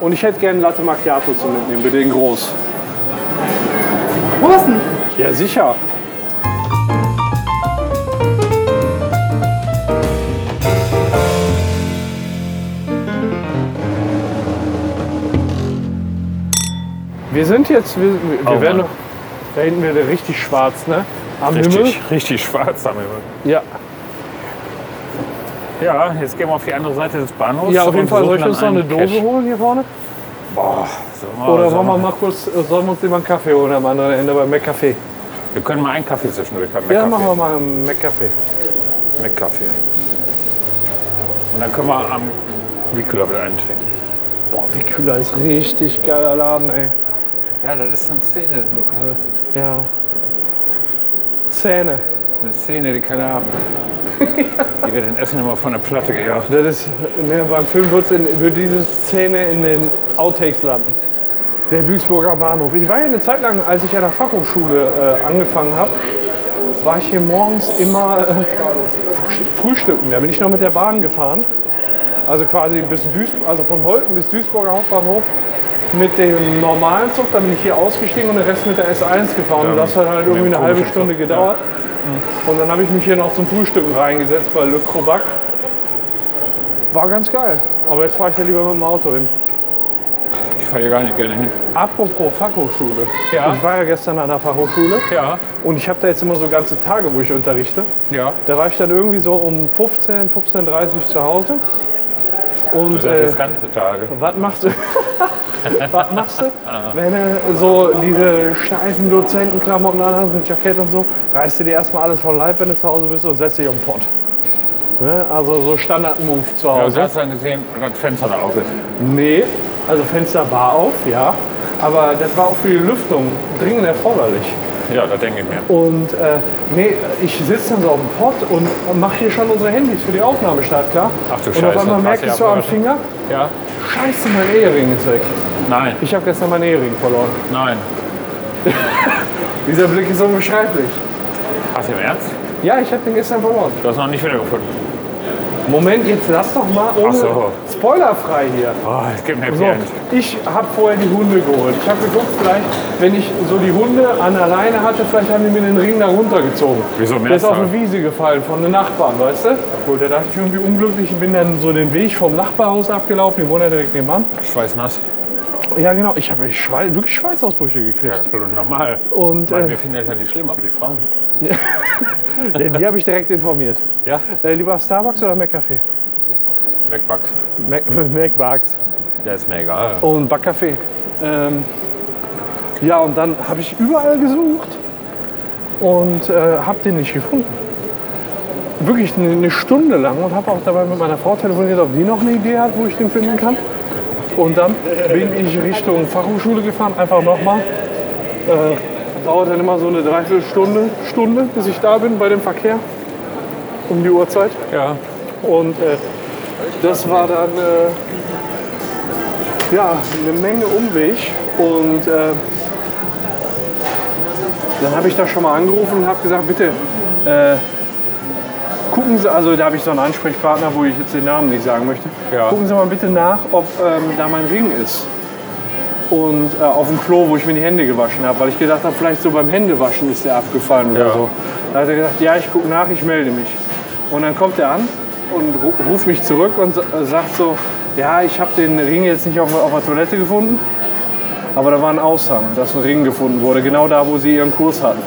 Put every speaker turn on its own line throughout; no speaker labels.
Und ich hätte gerne Latte Macchiato zu mitnehmen, bitte den groß.
Großen.
Ja, sicher. Wir sind jetzt, wir, wir
Oh
werden
Mann.
noch, da hinten wird er richtig schwarz, ne? Am Himmel.
Richtig, richtig schwarz am Himmel.
Ja,
Ja, jetzt gehen wir auf die andere Seite des Bahnhofs.
ja auf jeden
und
Fall. Soll
suchen
ich uns noch
dann
eine
einen
Dose
Cash. Oh,
holen hier vorne?
Sollen wir-
Oder
sollen
wollen wir mal kurz, äh, sollen wir uns lieber einen Kaffee holen am anderen Ende beim McCafé?
Wir können mal einen Kaffee zwischendurch haben.
Ja, machen wir mal einen McCafé.
Mit Kaffee. Und dann können wir am Wickelöffel eintrinken.
Boah, wie kühler ist richtig geiler Laden, ey.
Ja, das ist eine Szene, Lokal.
Ja. Zähne.
Eine Szene, die keiner haben will. Die wird in Essen immer von der Platte gejagt.
Das ist, ne, beim Film wird's in- wird diese Szene in den Outtakes landen. Der Duisburger Bahnhof. Ich war ja eine Zeit lang, als ich an der Fachhochschule äh, angefangen habe, war ich hier morgens immer äh, frühst- frühstücken. Da bin ich noch mit der Bahn gefahren. Also quasi bis Duis also von Holten bis Duisburger Hauptbahnhof mit dem normalen Zug. Da bin ich hier ausgestiegen und den Rest mit der S1 gefahren. Und das hat halt irgendwie eine halbe
komischen
Stunde
Zug,
gedauert. Und dann habe ich mich hier noch zum Frühstücken reingesetzt bei Le Crobac. War ganz geil. Aber jetzt fahre ich da lieber mit dem Auto hin.
Ich fahre hier gar nicht gerne hin.
Apropos Fachhochschule.
Ja.
Ich war ja gestern an der Fachhochschule
Ja,
und ich habe da jetzt immer so ganze Tage, wo ich unterrichte.
ja.
Da war ich dann irgendwie so um 15, 15.30 Uhr zu Hause. Und
Das ist
äh,
das ganze Tage.
was machst du? was machst du?
Ah.
Wenn du so diese steifen Dozentenklamotten anhast mit Jackett und so, reißt du dir erstmal alles von Leib, wenn du zu Hause bist und setzt dich auf den Pott. Ne? Also so Standard-Move zu
Ja, du
Hause.
hast dann gesehen, das Fenster da auf ist.
Nee, also Fenster war auf, ja. Aber das war auch für die Lüftung dringend erforderlich.
Ja, das denke ich mir.
Und äh, nee, ich sitze dann so auf dem Pott und mache hier schon unsere Handys für die Aufnahme stark, klar.
Ach du
und
Scheiße,
auf einmal
hast
merke
du
ich
ja
so am
abgehört.
Finger,
Ja?
scheiße, mein Ehering ist weg.
Nein,
Ich habe gestern meinen Ehering verloren.
nein.
Dieser Blick ist unbeschreiblich.
Hast du im Ernst?
Ja, ich habe den gestern verloren.
Du hast noch nicht wiedergefunden.
Moment, jetzt lass doch mal ohne
Ach so.
spoilerfrei hier.
Oh, es gibt ein Happy
So,
End.
ich habe vorher die Hunde geholt. Ich habe geguckt, vielleicht, wenn ich so die Hunde an der Leine hatte, vielleicht haben die mir den Ring da runtergezogen.
Wieso
Der ist auf eine
mehrfach?
Wiese gefallen von den Nachbarn, weißt du? Gut, da dachte ich irgendwie unglücklich, bin dann so den Weg vom Nachbarhaus abgelaufen, die wohnen ja direkt nebenan.
Schweißnass.
Ja genau, ich habe Schweiß, wirklich Schweißausbrüche
Ja,
gekriegt.
normal.
Und
Ich meine,
äh,
wir finden das ja nicht schlimm, aber die Frauen.
die habe ich direkt informiert.
Ja?
Äh, lieber Starbucks oder McCafé?
Wegbugs.
Mac, McBugs.
Ja, ist mir egal.
und Backkaffee. Ähm, ja, und dann habe ich überall gesucht und äh, habe den nicht gefunden. Wirklich eine, eine Stunde lang und habe auch dabei mit meiner Frau telefoniert, ob die noch eine Idee hat, wo ich den finden kann. Und dann bin ich Richtung Fachhochschule gefahren, einfach nochmal. Äh, dauert dann immer so eine Dreiviertelstunde, Stunde, bis ich da bin bei dem Verkehr um die Uhrzeit.
Ja.
Und äh, das war dann äh, ja, eine Menge Umweg. Und äh, dann habe ich da schon mal angerufen und habe gesagt, bitte äh, gucken Sie, also da habe ich so einen Ansprechpartner, wo ich jetzt den Namen nicht sagen möchte,
Ja.
gucken Sie mal bitte nach, ob ähm, da mein Ring ist. Und äh, auf dem Klo, wo ich mir die Hände gewaschen habe, weil ich gedacht habe, vielleicht so beim Händewaschen ist der abgefallen oder
Ja.
so. Da hat er gesagt, ja, ich gucke nach, ich melde mich. Und dann kommt er an und ru- ruft mich zurück und sa- äh, sagt so, ja, ich habe den Ring jetzt nicht auf, auf der Toilette gefunden, aber da war ein Aushang, dass ein Ring gefunden wurde, genau da, wo sie ihren Kurs hatten.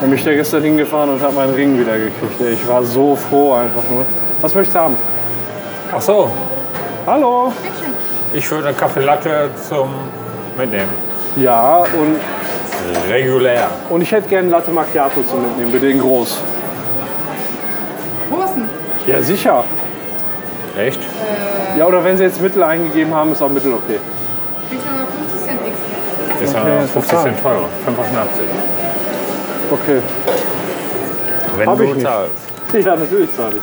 Dann bin ich da gestern hingefahren und habe meinen Ring wieder gekriegt. ey. Ich war so froh einfach nur. Was möchtest du haben?
Ach so,
Hallo?
ich würde eine Kaffeelatte zum Mitnehmen.
Ja, und,
Regulär.
und ich hätte gerne einen Latte Macchiato zu mitnehmen, bitte den groß.
Großen.
Ja, sicher.
Echt?
Ja, oder wenn sie jetzt Mittel eingegeben haben, ist auch Mittel okay.
Ich sag mal 50 Cent extra.
Ist
Okay,
ja
ist
50 Cent teurer. 85.
Okay.
Wenn
Hab
du
ich nicht.
zahlst.
Ja, natürlich zahle ich.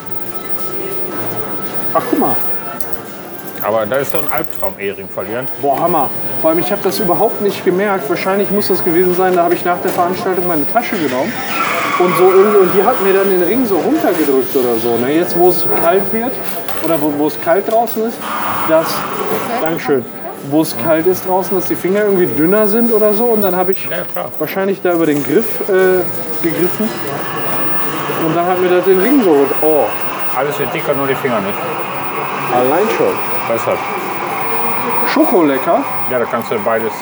Ach, guck mal.
Aber da ist doch ein Albtraum, Ehering verlieren.
Boah, Hammer. Vor allem, ich habe das überhaupt nicht gemerkt. Wahrscheinlich muss das gewesen sein, da habe ich nach der Veranstaltung meine Tasche genommen. Und, so irgendwie, und die hat mir dann den Ring so runtergedrückt oder so. Ne? Jetzt, wo es kalt wird oder wo, wo es kalt draußen ist, das, Dankeschön, wo es kalt ist draußen, dass die Finger irgendwie dünner sind oder so. Und dann habe ich
Ja, klar.
wahrscheinlich da über den Griff äh, gegriffen. Und dann hat mir das den Ring so geholt. Oh,
Alles wird dicker, nur die Finger nicht.
allein schon.
Deshalb.
Schokolecker.
Ja, da kannst du beides.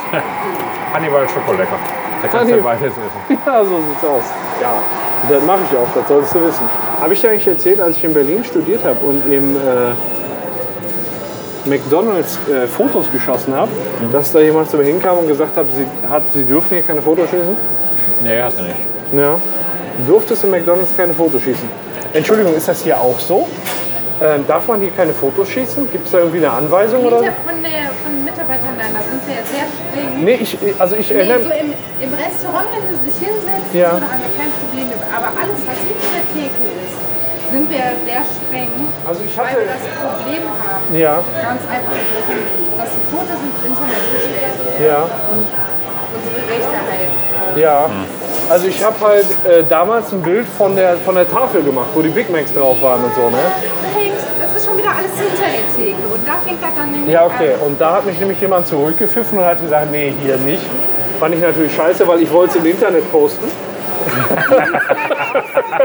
Hannibal Schokolecker. Da kannst du
Hannibal.
beides essen.
Ja, so sieht's aus. Ja, das mache ich auch, das solltest du wissen. Habe ich dir eigentlich erzählt, als ich in Berlin studiert habe und im äh, McDonalds äh, Fotos geschossen habe, dass da jemand zu mir hinkam und gesagt hat, sie, hat, sie dürfen hier keine Fotos schießen?
Nee, hast du nicht.
Ja. Du durftest in McDonalds keine Fotos schießen. Entschuldigung, ist das hier auch so? Ähm, darf man hier keine Fotos schießen? Gibt es da irgendwie eine Anweisung oder?
Peter von, der, von den Mitarbeitern da, da sind wir jetzt sehr streng.
Nee, ich, also ich
Nee,
erinnere
so im, im Restaurant, wenn du dich hinsetzt,
Ja.
so, da haben wir kein Problem. mit. Aber alles, was hinter der Theke ist, sind wir sehr streng,
Also ich
weil wir
hatte.
das Problem haben.
Ja,
Ganz einfach, dass die Fotos ins Internet gestellt werden.
ja.
Unsere Rechte halt.
Ja. Also ich habe halt äh, damals ein Bild von der, von der Tafel gemacht, wo die Big Macs drauf waren und so, ne?
Das hängt, das ist schon wieder alles hinter der Theke. Und da fängt das dann nämlich
Ja, okay.
an.
Und da hat mich nämlich jemand zurückgepfiffen und hat gesagt, nee, hier nicht. Fand ich natürlich scheiße, weil ich wollte es im Internet posten.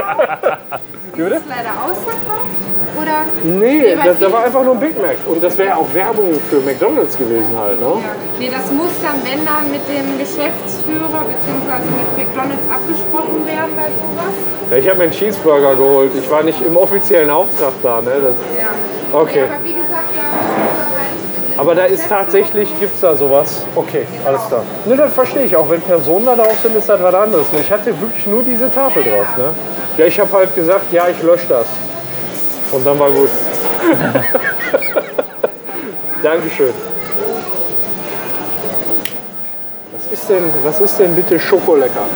Ist das leider ausverkauft? Oder?
Nee, das,
weil
da
viele-
war einfach nur ein Big Mac. Und das wäre auch Werbung für McDonalds gewesen halt, ne?
Ja. Nee, das muss dann, wenn dann mit dem Geschäftsführer bzw. mit McDonalds abgesprochen werden bei sowas.
Ja, ich habe mir einen Cheeseburger geholt. Ich war nicht im offiziellen Auftrag da, ne? Das,
Ja.
Okay.
Ja, aber wie gesagt, da müssen wir halt mit dem
aber da ist
Geschäftsführer-
tatsächlich, gibt's da sowas. Okay, alles klar. Ne, das verstehe ich auch. Wenn Personen da drauf sind, ist das was anderes. Ne? Ich hatte wirklich nur diese Tafel drauf, ne? Ja, ich habe halt gesagt, ja, ich lösche das. Und dann war gut. Dankeschön. Was ist denn, was ist denn bitte Schokolecker?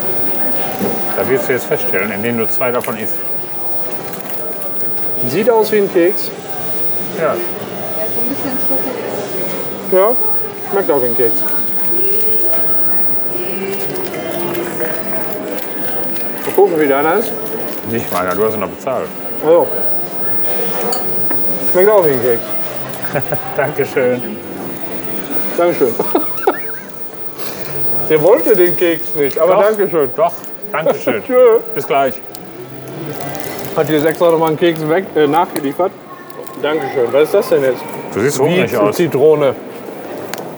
Da wirst du jetzt feststellen, indem du zwei davon isst.
Sieht aus wie ein Keks.
Ja.
Ja, so ein bisschen Schokolade.
Ja, schmeckt auch wie ein Keks. Mal gucken, wie deiner ist.
Nicht meiner, du hast ihn noch bezahlt.
Also. Schmeckt auch wie ein Keks.
Dankeschön.
Dankeschön. Der wollte den Keks nicht, aber Dankeschön.
Doch, Dankeschön.
Tschö.
Bis gleich.
Hat dir jetzt extra nochmal einen Keks weg, äh, nachgeliefert. Dankeschön. Was ist das denn jetzt?
Du siehst hungrig
eine
aus.
Zitrone.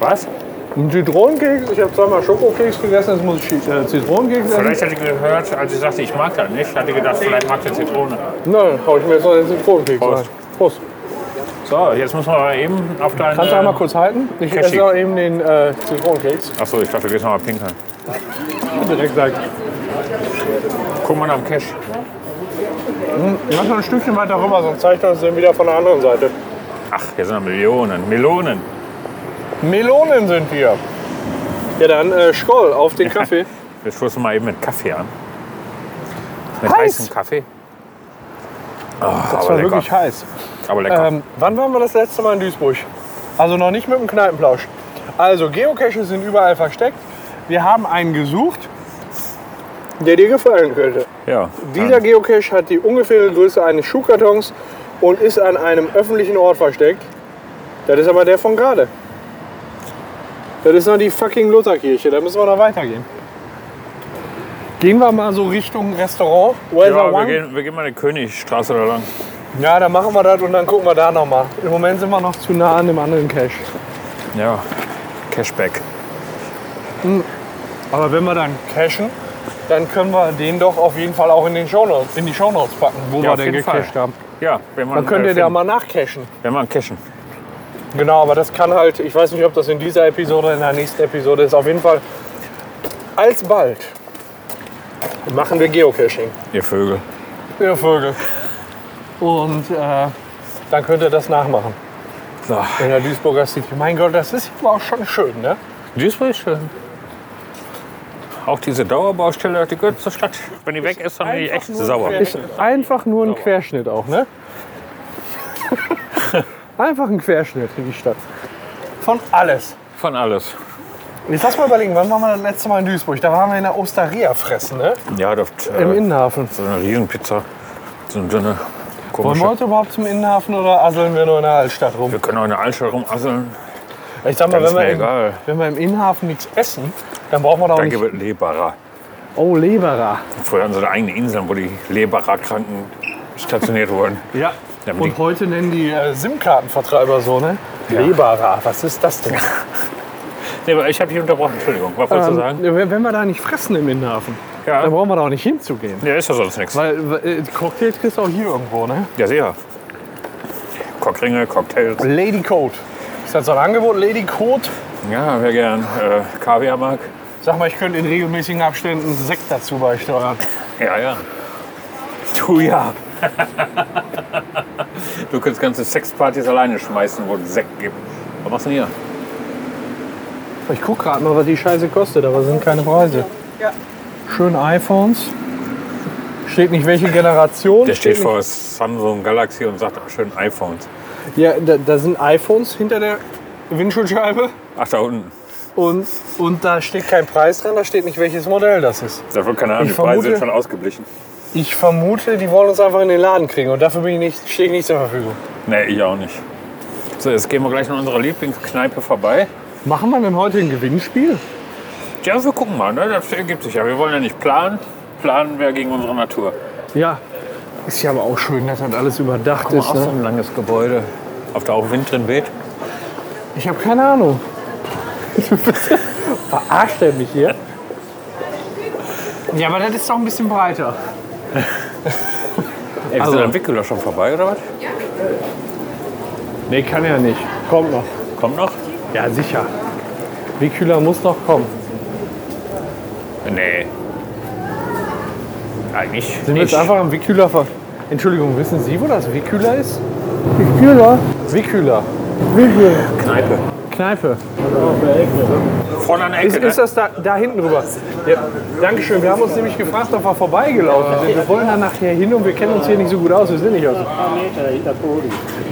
Was?
Ein Zitronenkeks? Ich habe zweimal Schokokeks gegessen, jetzt muss ich äh, Zitronenkeks essen.
Vielleicht hatte ich gehört, als ich sagte, ich mag das nicht, hatte ich gedacht, vielleicht mag der Zitrone.
Nein, hau ich mir jetzt noch den Zitronenkeks
Prost.
rein. Prost.
So, jetzt müssen wir mal eben auf deine...
Kannst du einmal kurz halten? Ich
Cashew.
esse auch eben den äh, Zitronenkeks.
Achso, ich dachte, du gehst nochmal pinkeln.
Direkt sagen.
Guck mal nach dem Cash.
Lass noch ein Stückchen weiter rüber, sonst zeigt er uns den wieder von der anderen Seite.
Ach, hier sind noch Millionen. Melonen.
Melonen sind wir. Ja, dann äh, Scholl auf den Kaffee.
Wir stoßen mal eben mit Kaffee an. Mit
Heiß.
heißem Kaffee. Oh,
Das
aber
war
lecker.
wirklich heiß.
Aber lecker.
Ähm, wann waren wir das letzte Mal in Duisburg? Also noch nicht mit dem Kneipenplausch. Also Geocaches sind überall versteckt. Wir haben einen gesucht, der dir gefallen könnte.
ja.
Dieser Geocache hat die ungefähre Größe eines Schuhkartons und ist an einem öffentlichen Ort versteckt. Das ist aber der von gerade. Das ist noch die fucking Lutherkirche, da müssen wir noch weitergehen. Gehen wir mal so Richtung Restaurant. Weather
ja, wir
One.
gehen, wir gehen mal eine Königstraße da lang.
Ja, dann machen wir das und dann gucken wir da nochmal. Im Moment sind wir noch zu nah an dem anderen Cache.
Ja. Cashback.
Aber wenn wir dann cachen, dann können wir den doch auf jeden Fall auch in, den Shownotes, in die Shownotes packen, wo
Ja,
wir
auf
den
jeden Fall.
gecached haben.
Ja, wenn man.
Dann könnt
äh,
ihr da
finden-
mal nachcachen.
Wenn man cashen.
Genau, aber das kann halt, ich weiß nicht, ob das in dieser Episode oder in der nächsten Episode ist. Auf jeden Fall alsbald machen wir Geocaching.
Ihr Vögel.
Ihr Vögel. Und äh, dann könnt ihr das nachmachen
So.
in der Duisburger City. Mein Gott, das ist aber auch schon schön, ne?
Duisburg ist schön. Auch diese Dauerbaustelle, die gehört zur Stadt. Wenn die weg ist, dann bin ich echt sauer.
Ist einfach nur ein Querschnitt auch, ne? einfach ein Querschnitt in die Stadt. Von alles.
Von alles.
Jetzt lass mal überlegen, wann waren wir das letzte Mal in Duisburg? Da waren wir in der Osteria fressen, ne?
Ja, das,
Im
äh,
Innenhafen.
so eine Riesenpizza. So eine dünne,
Wollen
komische.
wir heute überhaupt zum Innenhafen oder asseln wir nur in der Altstadt rum?
Wir können auch in der Altstadt rumasseln.
Ich sag mal,
Dann
wenn
ist mir
wir, im,
egal.
wenn wir im Innenhafen nichts essen, dann brauchen wir da auch
Da
nicht.
gibt es Leberer.
Oh, Leberer.
Früher hatten sie da eigene Inseln, wo die Leberer-Kranken stationiert wurden.
Ja.
Ja, aber
Und
die-
heute nennen die äh, SIM-Kartenvertreiber so, ne? Leberer. Was ist das denn?
Nee, aber ich habe dich unterbrochen, Entschuldigung. Was wolltest du
Ähm,
sagen?
wenn wenn wir da nicht fressen im Innenhafen,
Ja.
dann brauchen wir da auch nicht hinzugehen.
Ja, ist ja sonst nichts.
Weil äh, Cocktails kriegst du auch hier irgendwo, ne?
Ja, sicher. Cockringe, Cocktails.
Lady Code. Ist das so ein Angebot? Lady Code?
Ja, wer gern äh, Kaviar mag.
Sag mal, ich könnte in regelmäßigen Abständen Sekt dazu beisteuern.
Ja, ja. Du ja. du könntest ganze Sexpartys alleine schmeißen, wo es Sekt gibt. Was machst du denn hier?
Ich guck gerade mal, was die Scheiße kostet, aber es sind keine Preise. Schön iPhones. Steht nicht welche Generation.
Der steht
nicht-
vor Samsung Galaxy und sagt schön iPhones.
Ja, da, da sind iPhones hinter der Windschutzscheibe.
Ach, da unten.
Und, und da steht kein Preis dran, da steht nicht welches Modell das ist.
Da wird keine Ahnung,
Ich
die Preise
vermute-
sind schon ausgeblichen.
Ich vermute, die wollen uns einfach in den Laden kriegen und dafür bin ich nicht, stehe ich nicht zur Verfügung.
Nee, ich auch nicht. So, jetzt gehen wir gleich an unserer Lieblingskneipe vorbei.
Machen wir denn heute ein Gewinnspiel?
Ja, wir gucken mal, ne? das ergibt sich ja. Wir wollen ja nicht planen. Planen wäre gegen unsere Natur.
Ja. Ist ja aber auch schön, dass das alles überdacht ist. Ne?
ein langes Gebäude. Ob da auch Wind drin weht?
Ich habe keine Ahnung. Verarscht er mich hier? Ja, aber das ist doch ein bisschen breiter.
Ey, wir
Also-
sind am Wickeler schon vorbei, oder was?
Nee, kann ja nicht. Kommt noch.
Kommt noch?
Ja, sicher. Wie kühler muss noch kommen.
Nee. Eigentlich
Sind wir jetzt
nicht.
einfach am Wikühler ver... Entschuldigung, wissen Sie, wo das Wikühler ist? Wikühler? Wikühler. Wikühler.
Kneipe.
Kneipe.
Vorne an der Ecke,
Ist, ist
ne?
das da, da hinten rüber? Ja, Dankeschön. Wir haben uns nämlich gefragt, ob wir vorbeigelaufen sind. Wir wollen da nachher hin und wir kennen uns hier nicht so gut aus. Wir sind nicht aus.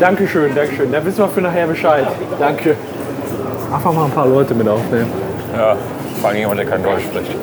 Dankeschön, Dankeschön. Da wissen wir für nachher Bescheid. Danke. Einfach mal ein paar Leute mit aufnehmen.
Ja, vor allem jemand, der kein Deutsch spricht.